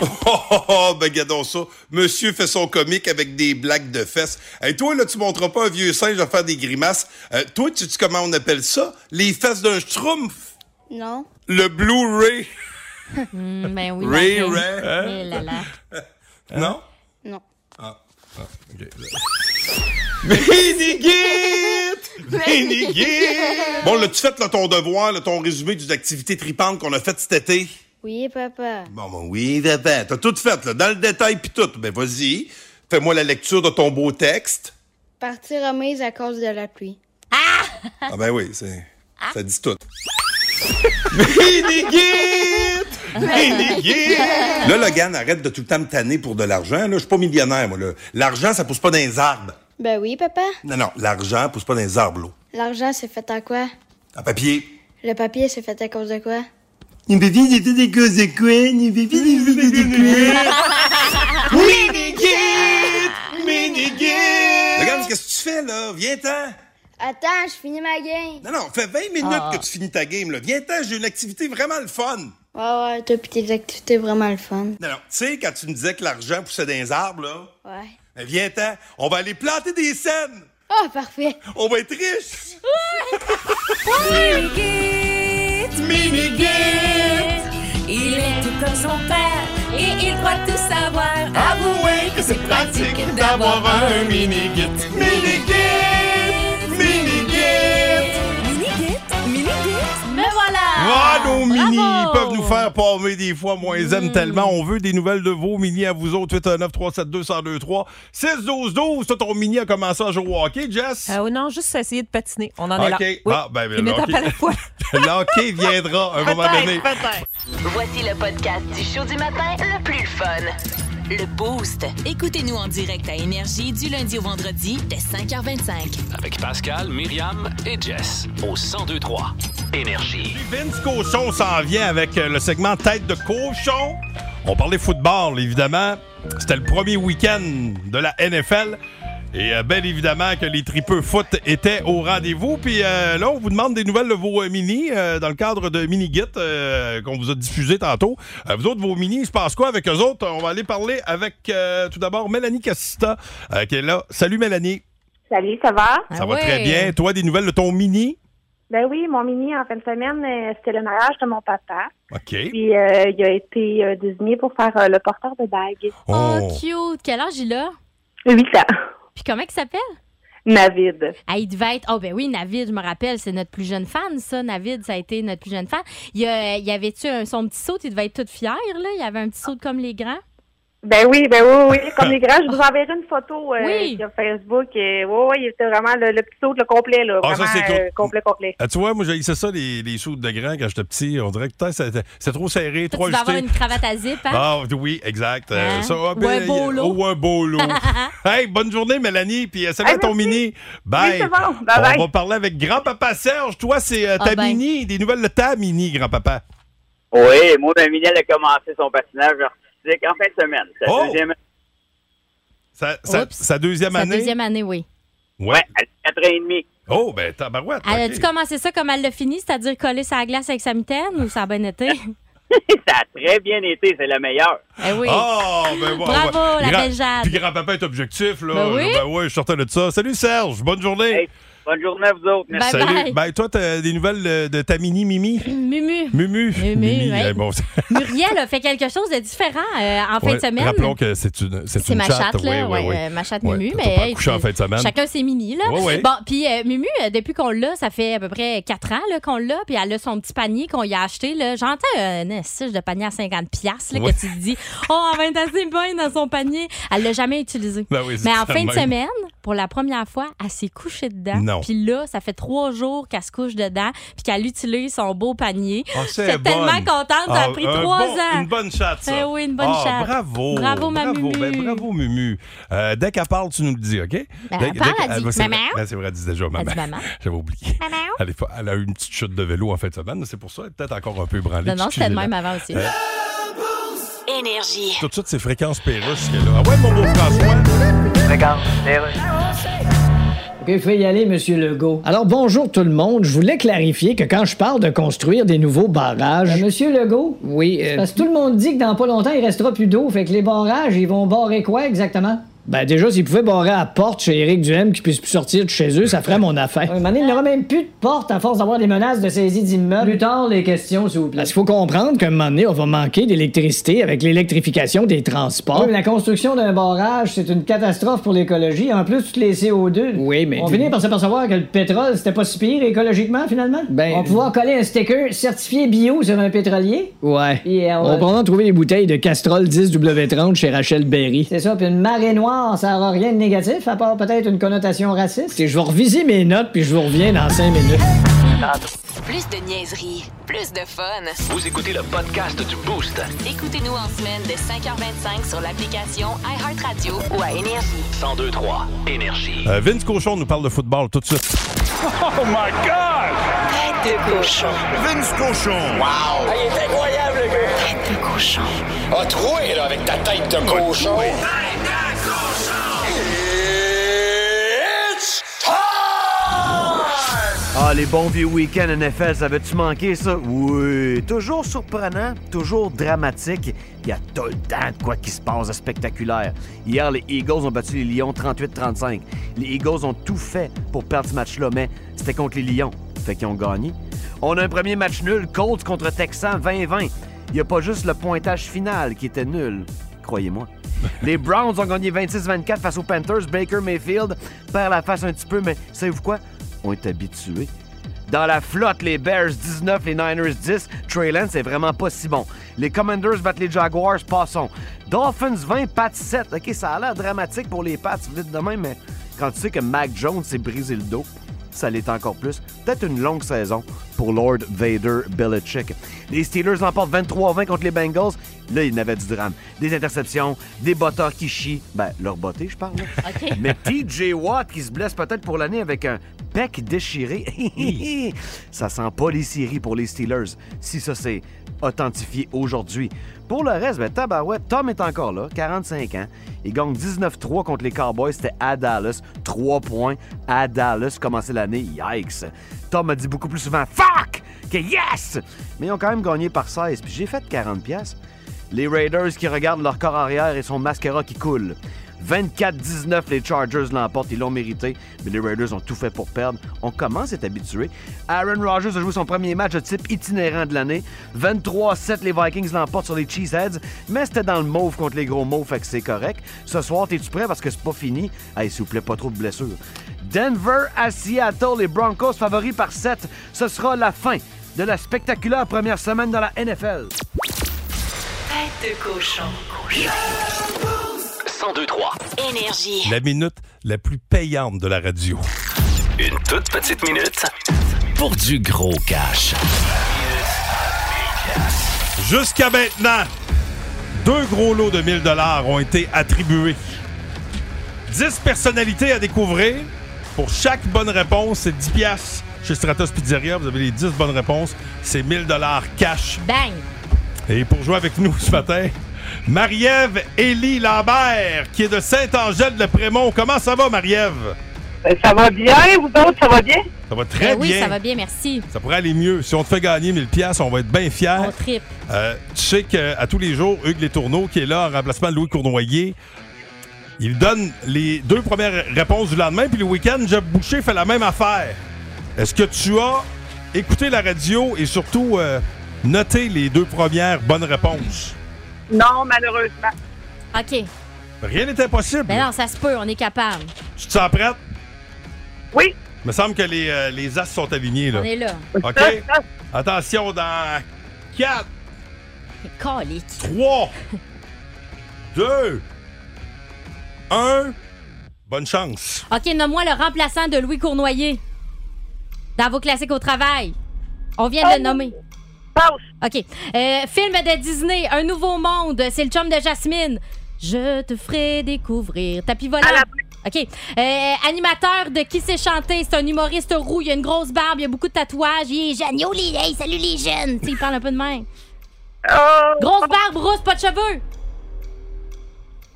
Speaker 3: Oh, oh, oh, ben, gadons ça. Monsieur fait son comique avec des blagues de fesses. Et toi, là, tu montres pas un vieux singe à faire des grimaces. Euh, toi, tu sais comment on appelle ça? Les fesses d'un schtroumpf.
Speaker 15: Non?
Speaker 3: Le Blu-ray.
Speaker 4: Hmm, ben oui.
Speaker 3: Ray,
Speaker 4: la-
Speaker 3: Ray.
Speaker 4: Eh là là.
Speaker 3: Non?
Speaker 15: Non.
Speaker 3: Ah. Ah, OK. Minigit! Minigit! Bon, l'as-tu fait, là, ton devoir, là, ton résumé des activités tripantes qu'on a faites cet été?
Speaker 15: Oui, papa.
Speaker 3: Bon, ben oui, papa, t'as tout fait, là, dans le détail puis tout. Ben vas-y, fais-moi la lecture de ton beau texte.
Speaker 15: Partir remise à cause de la pluie. Ah.
Speaker 3: Ah ben oui, c'est ça dit tout. Là, Logan, arrête de tout le temps me tanner pour de l'argent. Là, je suis pas millionnaire, moi. là. L'argent, ça pousse pas dans les arbres.
Speaker 15: Ben oui, papa.
Speaker 3: Non, non, l'argent pousse pas dans les arbres, l'eau.
Speaker 15: L'argent, c'est fait à quoi?
Speaker 3: À papier.
Speaker 15: Le papier, c'est fait à cause de quoi?
Speaker 3: des causes de quoi? Logan, qu'est-ce que tu fais, là? Viens-t'en.
Speaker 15: Attends, je finis ma game.
Speaker 3: Non, non, fait 20 minutes
Speaker 15: Ah.
Speaker 3: que tu finis ta game, là. Viens-t'en, j'ai une activité vraiment le fun.
Speaker 15: Ouais, ouais, toi pis tes activités vraiment le fun.
Speaker 3: Non, non. Tu sais, quand tu me disais que l'argent poussait dans les arbres, là,
Speaker 15: Ouais.
Speaker 3: ben viens-t'en, on va aller planter des scènes.
Speaker 15: Ah, parfait.
Speaker 3: On va être riches.
Speaker 12: Minigit, Minigit, il est tout comme son père et il croit tout savoir. Avouez que c'est pratique d'avoir un Minigit. Minigit, Minigit, Minigit, Minigit.
Speaker 4: Mais voilà!
Speaker 3: Ah, nos mini ils peuvent nous faire palmer des fois. Moi, ils aiment tellement. On veut des nouvelles de vos mini à vous autres. 819 372 1023 6 12 12 Toi, ton mini a commencé à jouer au hockey, Jess?
Speaker 8: Euh, non, juste essayer de patiner. On en est là.
Speaker 3: OK.
Speaker 8: Oui.
Speaker 3: Ah, ben, ben,
Speaker 8: Une
Speaker 3: le
Speaker 8: étape
Speaker 3: hockey-
Speaker 8: à la fois.
Speaker 3: le hockey viendra à un moment donné.
Speaker 1: Voici le podcast du show du matin le plus fun.
Speaker 7: Le Boost. Écoutez-nous en direct à Énergie du lundi au vendredi dès 5h25.
Speaker 2: Avec Pascal, Myriam et Jess au 1023 Énergie.
Speaker 3: Vince Cochon s'en vient avec euh, le segment Tête de cochon. On parlait football, évidemment. C'était le premier week-end de la NFL. Et euh, bien évidemment que les tripeux foot étaient au rendez-vous. Puis euh, là, on vous demande des nouvelles de vos euh, mini euh, dans le cadre de Mini Git euh, qu'on vous a diffusé tantôt. Euh, vous autres, vos mini, il se passe quoi avec eux autres? On va aller parler avec euh, tout d'abord Mélanie Cassista euh, qui est là. Salut Mélanie.
Speaker 16: Salut, ça va?
Speaker 4: Ah
Speaker 8: Ah
Speaker 3: Ça va très bien. Toi, des nouvelles de ton mini?
Speaker 16: Ben oui, mon mini, en fin de semaine, euh, c'était le mariage de mon papa.
Speaker 3: OK.
Speaker 16: Puis, euh, il a été euh, désigné pour faire euh, le porteur de bague.
Speaker 4: Oh, cute! Quel âge il a?
Speaker 16: 8 ans.
Speaker 4: Puis comment il s'appelle?
Speaker 16: Navid.
Speaker 4: Ah, il devait être. Oh, ben oui, Navid, je me rappelle, c'est notre plus jeune fan, ça. Navid, ça a été notre plus jeune fan. Il, euh, il avait-tu un- son petit saut? Il devait être tout fier, là. Il avait un petit saut de comme les grands.
Speaker 16: Ben oui, ben oui, oui. Comme les grands, je vous enverrai une photo euh,
Speaker 4: Oui.
Speaker 16: sur Facebook. Et, ouais, ouais, il était vraiment le, le petit saut le complet, là.
Speaker 3: Ah, ça,
Speaker 16: vraiment,
Speaker 3: c'est cool.
Speaker 16: euh, complet, complet.
Speaker 3: Ah, tu vois, moi, j'ai ça, les, les shoots de grand quand j'étais petit. On dirait que putain, c'était- c'est trop serré, trop
Speaker 4: Toi, tu vas avoir
Speaker 3: ajusté.
Speaker 4: une cravate à zip, hein?
Speaker 3: Ah oui, exact. Euh,
Speaker 4: Hein?
Speaker 3: ça, ah,
Speaker 4: Ou un
Speaker 3: ben,
Speaker 4: beau
Speaker 3: y-
Speaker 4: lot.
Speaker 3: ou un beau lot. hey, bonne journée, Mélanie. Puis euh, salut
Speaker 16: Hey,
Speaker 3: à ton mini. Bye.
Speaker 16: Oui, c'est bon. Bye,
Speaker 3: On
Speaker 16: bye.
Speaker 3: va parler avec grand-papa Serge. Toi, c'est euh,
Speaker 16: Ah,
Speaker 3: ta
Speaker 16: ben.
Speaker 3: mini, des nouvelles de ta mini, grand-papa.
Speaker 17: Oui, moi, ma mini, elle a commencé son patinage artistique en fin de semaine. Sa
Speaker 3: Oh!
Speaker 17: deuxième,
Speaker 3: Sa, sa- sa deuxième
Speaker 4: Sa
Speaker 3: année.
Speaker 4: deuxième année, oui.
Speaker 3: Ouais.
Speaker 17: elle a 4 ans et demi.
Speaker 3: Oh, ben, tabarouette.
Speaker 4: Elle
Speaker 3: ok.
Speaker 4: a-tu commencé ça comme elle l'a fini, c'est-à-dire coller sa glace avec sa mitaine ou ça a bien été?
Speaker 17: ça a très bien été, c'est le meilleur.
Speaker 4: Eh oui.
Speaker 3: Oh, ben, ouais,
Speaker 4: Bravo,
Speaker 3: ouais.
Speaker 4: la
Speaker 3: Grand-
Speaker 4: belle Jade.
Speaker 3: Puis grand-papa est objectif, là.
Speaker 4: Ben oui.
Speaker 3: ouais, je suis certain de ça. Salut, Serge. Bonne journée.
Speaker 17: Bonne journée à vous autres. Merci.
Speaker 3: Salut. Ben, toi, t'as des nouvelles euh, de ta mini Mimi?
Speaker 4: Mumu.
Speaker 3: Mumu. Mimi,
Speaker 4: ouais.
Speaker 3: eh, bon,
Speaker 4: Muriel a fait quelque chose de différent euh, en fin
Speaker 3: ouais,
Speaker 4: de semaine.
Speaker 3: Rappelons que c'est une,
Speaker 4: C'est
Speaker 3: une
Speaker 4: ma chatte, là,
Speaker 3: ouais, ouais,
Speaker 4: ouais,
Speaker 3: ouais.
Speaker 4: euh, ma chatte
Speaker 3: Ouais,
Speaker 4: Mumu,
Speaker 3: t'as
Speaker 4: mais
Speaker 3: pas
Speaker 4: hey,
Speaker 3: couché en fin de semaine.
Speaker 4: chacun ses mini là.
Speaker 3: Ouais, ouais.
Speaker 4: Bon, puis euh, Mumu, euh, depuis qu'on l'a, ça fait à peu près 4 ans là, qu'on l'a, puis elle a son petit panier qu'on y a acheté là. J'entends un assige de panier à 50 pièces là
Speaker 12: Ouais.
Speaker 4: que tu te dis, oh, elle va être assez bonne dans son panier. Elle l'a jamais utilisé.
Speaker 12: Ben oui, c'est
Speaker 4: mais en
Speaker 12: ça
Speaker 4: fin de
Speaker 12: même.
Speaker 4: semaine, pour la première fois, elle s'est couchée dedans.
Speaker 12: Non.
Speaker 4: Puis là, ça fait trois jours qu'elle se couche dedans, puis qu'elle utilise son beau panier.
Speaker 3: Ah,
Speaker 4: Je
Speaker 3: c'est
Speaker 4: suis tellement
Speaker 3: bonne.
Speaker 4: contente, ça a
Speaker 3: Ah,
Speaker 4: pris
Speaker 3: un
Speaker 4: trois
Speaker 3: bon-
Speaker 4: ans.
Speaker 3: Une bonne chatte, ça.
Speaker 4: Eh oui, une bonne
Speaker 3: Ah,
Speaker 4: chatte.
Speaker 3: Bravo.
Speaker 4: Bravo, ma
Speaker 3: bravo,
Speaker 4: Mumu. Ben,
Speaker 3: ben, bravo, Mumu. Euh, dès qu'elle parle, tu nous le dis, OK?
Speaker 4: elle
Speaker 3: Dès- dès
Speaker 4: parle, elle
Speaker 3: qu'elle-
Speaker 4: dit
Speaker 3: va- c'est vrai-
Speaker 4: maman.
Speaker 3: Ben, c'est vrai, elle dit déjà maman.
Speaker 4: dit maman.
Speaker 3: J'avais oublié. Elle, est pas- elle a eu une petite chute de vélo en fin de semaine, c'est pour ça elle est peut-être encore un peu branlée.
Speaker 4: Non, non, c'était le même avant aussi.
Speaker 3: Euh,
Speaker 7: Énergie.
Speaker 3: Tout de suite, c'est fréquences Pérusse qui est là. Ah ouais, mon beau François.
Speaker 11: Regarde,
Speaker 5: OK, faut y aller, Monsieur Legault. Alors, bonjour tout le monde. Je voulais clarifier que quand je parle de construire des nouveaux barrages... Euh, Monsieur Legault? Oui, euh, Parce que tout le monde dit que dans pas longtemps, il restera plus d'eau. Fait que les barrages, ils vont barrer quoi exactement? Ben déjà, s'ils pouvaient barrer à la porte chez Éric Duhem qui puisse plus sortir de chez eux, ça ferait mon affaire. Un moment donné, il n'aura même plus de porte à force d'avoir des menaces de saisie d'immeubles. Plus tard, les questions, s'il vous plaît. Parce qu'il faut comprendre qu'à un moment donné, on va manquer d'électricité avec l'électrification des transports. la construction d'un barrage, c'est une catastrophe pour l'écologie. En plus, toutes les CO2. Oui, mais... On finit par s'apercevoir que le pétrole, c'était pas si pire écologiquement, finalement. Ben... On va pouvoir coller un sticker certifié bio sur un pétrolier. euh, Ouais.
Speaker 6: on va
Speaker 5: probablement trouver des bouteilles de Castrol 10W30 chez Rachel Berry.
Speaker 6: C'est ça, puis une marée noire, ça aura rien de négatif, à part peut-être une connotation raciste.
Speaker 5: Je vais reviser mes notes, puis je vous reviens dans 5 minutes.
Speaker 7: Plus de niaiserie, plus de fun.
Speaker 2: Vous écoutez le podcast du Boost.
Speaker 7: Écoutez-nous en semaine de 5h25 sur l'application iHeartRadio ou à Énergie.
Speaker 2: 1023 Énergie.
Speaker 3: Euh, Vince Cochon nous parle de football tout de suite.
Speaker 12: Oh my God! Tête de cochon.
Speaker 18: Vince Cochon.
Speaker 12: Wow! il est incroyable, le gars! Tête de cochon.
Speaker 18: A troué, là, avec ta tête de cochon.
Speaker 12: It's time!
Speaker 19: Ah, les bons vieux week-ends NFL, ça avait-tu manqué, ça? Oui. Toujours surprenant, toujours dramatique. Il y a tout le temps de quoi qui se passe de spectaculaire. Hier, les Eagles ont battu les Lions 38-35. Les Eagles ont tout fait pour perdre ce match-là, mais c'était contre les Lions. Fait qu'ils ont gagné. On a un premier match nul, Colts contre Texans 20-20. Il n'y a pas juste le pointage final qui était nul. Croyez-moi. Les Browns ont gagné 26-24 face aux Panthers. Baker Mayfield perd la face un petit peu, mais savez-vous quoi? On est habitué. Dans la flotte, les Bears 19, les Niners 10. Trey Lance, c'est vraiment pas si bon. Les Commanders battent les Jaguars, passons. Dolphins 20, Pats 7. OK, ça a l'air dramatique pour les Pats vite de même, mais quand tu sais que Mac Jones s'est brisé le dos, ça l'est encore plus. Peut-être une longue saison pour Lord Vader Belichick. Les Steelers l'emportent 23-20 contre les Bengals. Là, il y en avait du drame. Des interceptions, des botteurs qui chient. Ben, leur botté, je parle. là. Mais TJ Watt qui se blesse peut-être pour l'année avec un pec déchiré. ça sent pas les séries pour les Steelers, si ça c'est authentifié aujourd'hui. Pour le reste, ben, tabarouette, Tom est encore là, 45 ans. Il gagne 19-3 contre les Cowboys, c'était à Dallas. 3 points à Dallas, commencer l'année, yikes. Tom a dit beaucoup plus souvent « Fuck! » que « Yes! » Mais ils ont quand même gagné par 16, puis j'ai fait 40 pièces. Les Raiders qui regardent leur corps arrière et son mascara qui coule. 24-19, les Chargers l'emportent, ils l'ont mérité, mais les Raiders ont tout fait pour perdre. On commence à être habitué. Aaron Rodgers a joué son premier match de type itinérant de l'année. 23-7, les Vikings l'emportent sur les Cheeseheads, mais c'était dans le mauve contre les gros mauves, fait que c'est correct. Ce soir, t'es-tu prêt parce que c'est pas fini? Hey, s'il vous plaît, pas trop de blessures. Denver à Seattle, les Broncos favoris par 7. Ce sera la fin de la spectaculaire première semaine dans la NFL.
Speaker 12: Tête de cochon.
Speaker 2: 1023
Speaker 7: Énergie.
Speaker 3: La minute la plus payante de la radio.
Speaker 2: Une toute petite minute pour du gros cash.
Speaker 3: Jusqu'à maintenant, deux gros lots de 1000 dollars ont été attribués. 10 personnalités à découvrir. Pour chaque bonne réponse, c'est 10 piastres. Chez Stratos Pizzeria, vous avez les 10 bonnes réponses. C'est 1000 dollars cash.
Speaker 4: Bang!
Speaker 3: Et pour jouer avec nous ce matin, Marie-Ève Élie Lambert, qui est de Saint-Angèle-de-Prémont. Comment ça va, Marie-Ève?
Speaker 10: Euh, Ça va bien, vous autres, ça va bien?
Speaker 3: Ça va très
Speaker 4: Ben oui,
Speaker 3: bien.
Speaker 4: ça va bien, merci.
Speaker 3: Ça pourrait aller mieux. Si on te fait gagner 1000 pièces, on va être bien fiers.
Speaker 4: On tripe.
Speaker 3: Euh, tu sais qu'à tous les jours, Hugues Les Tourneaux, qui est là en remplacement de Louis Cournoyer, Il donne les deux premières réponses du lendemain, puis le week-end, Jeff Boucher fait la même affaire. Est-ce que tu as écouté la radio et surtout euh, noté les deux premières bonnes réponses?
Speaker 10: Non, malheureusement.
Speaker 4: OK.
Speaker 3: Rien n'est impossible.
Speaker 4: Ben non, ça se peut, on est capable.
Speaker 3: Tu te sens prête?
Speaker 10: Oui.
Speaker 3: Il me semble que les, euh, les as sont alignés. Là.
Speaker 4: On est là.
Speaker 3: OK? Attention, dans 4,
Speaker 4: Calique.
Speaker 3: 3, 2, 1. Bonne chance.
Speaker 4: OK, nomme-moi le remplaçant de Louis Cournoyer. Dans vos classiques au travail. On vient de le nommer. OK. Euh, film de Disney, Un nouveau monde. C'est le chum de Jasmine. Je te ferai découvrir. Tapis volant. OK. Euh, animateur de Qui sait chanter. C'est un humoriste roux. Il a une grosse barbe. Il a beaucoup de tatouages. Il est jeune. Yo, les, hey, salut les jeunes. Tu sais, il parle un peu de main. Grosse barbe rousse, pas de cheveux.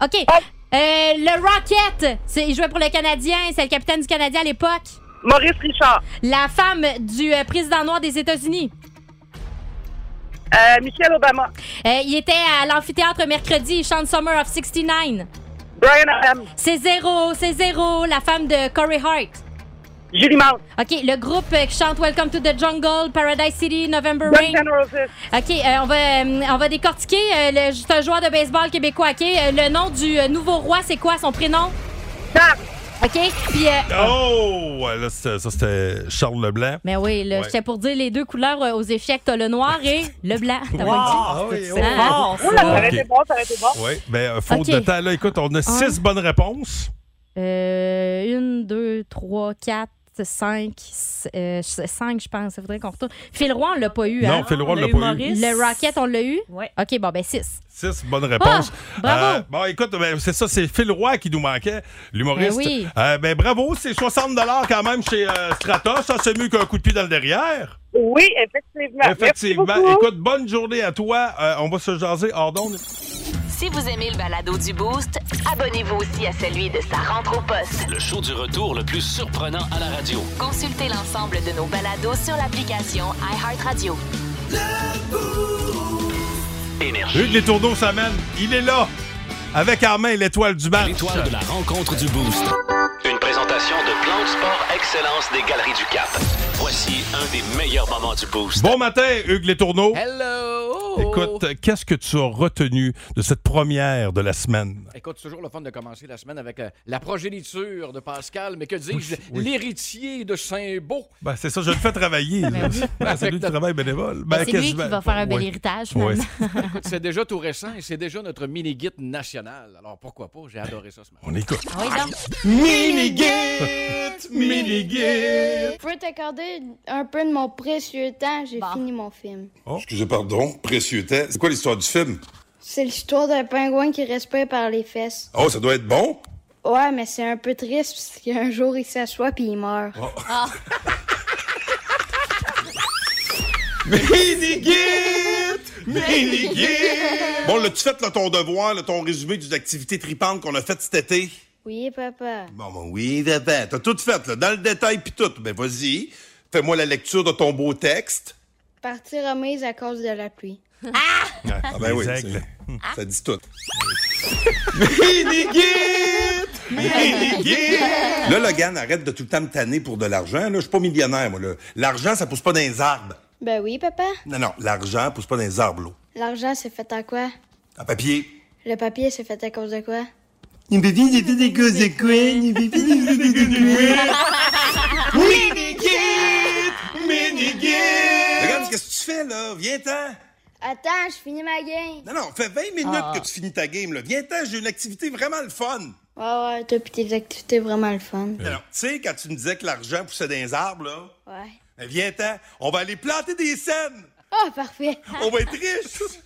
Speaker 4: OK.
Speaker 10: Ah!
Speaker 4: Euh, le Rocket, c'est- il jouait pour le Canadien, c'est le capitaine du Canadien à l'époque.
Speaker 10: Maurice Richard.
Speaker 4: La femme du euh, président noir des États-Unis.
Speaker 10: Michelle Euh, Obama.
Speaker 4: Euh, il était à l'amphithéâtre mercredi, il chante Summer of 69.
Speaker 10: Brian Adams.
Speaker 4: C'est zéro, c'est zéro, la femme de Corey Hart.
Speaker 10: Julie Mount.
Speaker 4: OK, le groupe euh, qui chante Welcome to the Jungle, Paradise City, November
Speaker 10: Guns
Speaker 4: Rain.
Speaker 10: N' Roses.
Speaker 4: OK, euh, on, va, euh, on va décortiquer euh, le, c'est un joueur de baseball québécois. OK, Euh, le nom du euh, nouveau roi, c'est quoi son prénom? OK, puis... euh,
Speaker 3: Oh! Là, c'était- ça, c'était Charles Leblanc.
Speaker 4: Mais oui, là,
Speaker 3: Ouais.
Speaker 4: j'étais pour dire les deux couleurs euh, aux échecs. T'as le noir et le blanc. T'as
Speaker 3: Wow,
Speaker 4: pas
Speaker 3: oui,
Speaker 4: dit?
Speaker 10: Ah
Speaker 3: oui.
Speaker 4: Hein?
Speaker 3: Fort, ça.
Speaker 10: oh, Ça aurait été
Speaker 3: Ah, Ok.
Speaker 10: bon, ça aurait été bon.
Speaker 3: Oui, bien, faute
Speaker 4: Ok.
Speaker 3: de temps. Là, écoute, on a six bonnes réponses.
Speaker 4: Euh, une, deux, trois, quatre, cinq, s- euh, s- cinq, je pense. Il faudrait qu'on retourne. Phil Roy, on l'a pas eu.
Speaker 3: Non,
Speaker 4: hein?
Speaker 3: Phil Roy, on l'a pas eu. Maurice.
Speaker 4: Le Rocket, on l'a eu? Oui. OK, bon, ben six.
Speaker 3: Six bonnes réponses.
Speaker 4: Ah, bravo.
Speaker 3: Euh, bon, écoute, ben, c'est ça, c'est Phil Roy qui nous manquait, l'humoriste.
Speaker 4: Ben oui.
Speaker 3: Euh, ben, bravo, c'est 60 quand même chez euh, Strata. Ça, c'est mieux qu'un coup de pied dans le derrière.
Speaker 10: Oui, effectivement.
Speaker 3: Effectivement.
Speaker 10: Merci beaucoup.
Speaker 3: Écoute, bonne journée à toi. Euh, on va se jaser hors d'onde.
Speaker 1: Si vous aimez le balado du Boost, abonnez-vous aussi à celui de sa rentre au poste.
Speaker 2: Le show du retour le plus surprenant à la radio.
Speaker 7: Consultez l'ensemble de nos balados sur l'application iHeartRadio.
Speaker 3: Hugues Les Tourneaux s'amène. Il est là, avec en main l'étoile du match.
Speaker 2: L'étoile de la rencontre du Boost. Une présentation de Plan de Sport Excellence des Galeries du Cap. Voici un des meilleurs moments du Boost.
Speaker 3: Bon matin, Hugues Les Tourneaux.
Speaker 20: Hello!
Speaker 3: Écoute, euh, qu'est-ce que tu as retenu de cette première de la semaine?
Speaker 20: Écoute, c'est toujours le fun de commencer la semaine avec euh, la progéniture de Pascal, mais que dis-je, l'héritier de Saint-Beau.
Speaker 3: Ben, c'est ça, je le fais travailler. là.
Speaker 20: Ben oui.
Speaker 3: Ben, c'est lui qui travaille bénévole.
Speaker 4: Ben, c'est lui qui va faire un bel
Speaker 3: Oui.
Speaker 4: héritage,
Speaker 3: Oui.
Speaker 4: finalement.
Speaker 20: Écoute, c'est déjà tout récent et c'est déjà notre mini-guide national. Alors pourquoi pas, j'ai adoré ça ce matin.
Speaker 3: On écoute.
Speaker 4: Ah oui, donc.
Speaker 20: Mini-guide!
Speaker 15: Je peux t'accorder un peu de mon précieux temps. J'ai
Speaker 20: Bah.
Speaker 15: fini mon film.
Speaker 3: Oh.
Speaker 21: Excusez, pardon, précieux temps. C'est quoi l'histoire du film?
Speaker 15: C'est l'histoire d'un pingouin qui respire par les fesses.
Speaker 21: Oh, ça doit être bon.
Speaker 15: Ouais, mais c'est un peu triste parce qu'un jour il s'assoit puis il meurt.
Speaker 21: Mini-guide! Bon, l'as-tu fait, là, ton devoir, là, ton résumé des activités tripantes qu'on a faites cet été?
Speaker 15: Oui, papa.
Speaker 21: Bon, ben oui, ben, t'as tout fait, là, dans le détail puis tout. Ben, vas-y, fais-moi la lecture de ton beau texte.
Speaker 15: Partir remise à cause de la pluie.
Speaker 21: Ah, ben oui,
Speaker 3: aigles.
Speaker 21: c'est- ça dit tout. Là, Logan, arrête de tout le temps me tanner pour de l'argent. là. Je suis pas millionnaire, moi. là. L'argent, ça pousse pas dans les arbres.
Speaker 15: Ben oui, papa.
Speaker 21: Non, non, l'argent pousse pas dans les arbres, l'eau.
Speaker 15: L'argent, c'est fait à quoi?
Speaker 21: En papier.
Speaker 15: Le papier, c'est fait à cause de quoi?
Speaker 21: Regarde, qu'est-ce que tu fais, là? Viens-t'en.
Speaker 15: Attends, je finis ma game.
Speaker 21: Non, non, fait 20 minutes que tu finis ta game, là. Viens-t'en, j'ai une activité vraiment le fun.
Speaker 15: Ouais, ouais, toi pis tes activités vraiment le fun.
Speaker 21: Non, non, tu sais, quand tu me disais que l'argent poussait dans les arbres, là,
Speaker 15: Ouais.
Speaker 21: ben, viens-t'en, on va aller planter des scènes.
Speaker 15: Ah, parfait.
Speaker 21: On va être riches.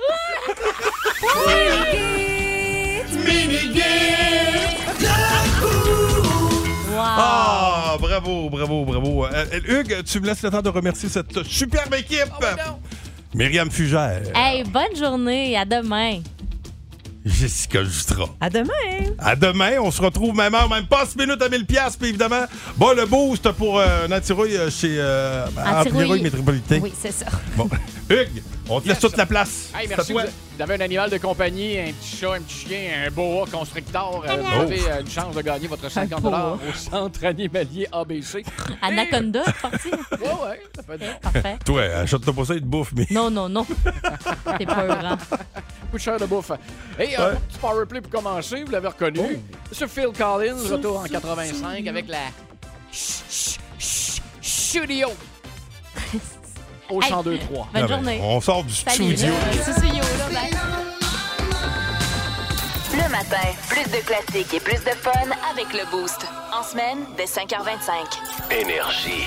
Speaker 3: Ah, bravo, bravo, bravo. Euh, euh, Hugues, tu me laisses le temps de remercier cette superbe
Speaker 15: Ah, ben
Speaker 3: équipe. Myriam Fugère.
Speaker 4: Hey, bonne journée. À demain.
Speaker 3: Jessica Justra.
Speaker 8: À demain!
Speaker 3: À demain, on se retrouve même heure, même pas 10 minutes à 1000 pièces, puis évidemment, bon le boost pour euh, Natirouille euh, chez euh,
Speaker 4: Antirouille.
Speaker 3: Antirouille Métropolitain.
Speaker 4: Oui, c'est ça.
Speaker 3: Bon, Hugues, on te laisse toute la place.
Speaker 20: Hey,
Speaker 3: C'est à
Speaker 20: merci. Vous
Speaker 3: toi.
Speaker 20: vous avez un animal de compagnie, un petit chat, un petit chien, un boa constrictor. Euh,
Speaker 3: Oh.
Speaker 20: Vous avez euh, une chance de gagner votre 50
Speaker 4: boa.
Speaker 20: au centre animalier ABC.
Speaker 4: Anaconda, c'est parti?
Speaker 20: Ouais, ouais, ça peut être bon.
Speaker 4: Parfait.
Speaker 3: Toi, achète-toi pas ça, il te bouffe, mais.
Speaker 4: Non, non, non. T'es pas heureux. hein?
Speaker 20: Coup de chair de bouffe. Et un petit powerplay pour commencer, vous l'avez reconnu. Monsieur Phil Collins, retour en 85 avec la ch- ch- studio au
Speaker 4: Hey,
Speaker 20: 102-3.
Speaker 4: Bonne
Speaker 3: Ah ben,
Speaker 4: journée.
Speaker 3: on sort du
Speaker 4: Salut.
Speaker 3: studio.
Speaker 7: Le matin, plus de classiques et plus de fun avec le Boost. En semaine, dès 5h25.
Speaker 2: Énergie.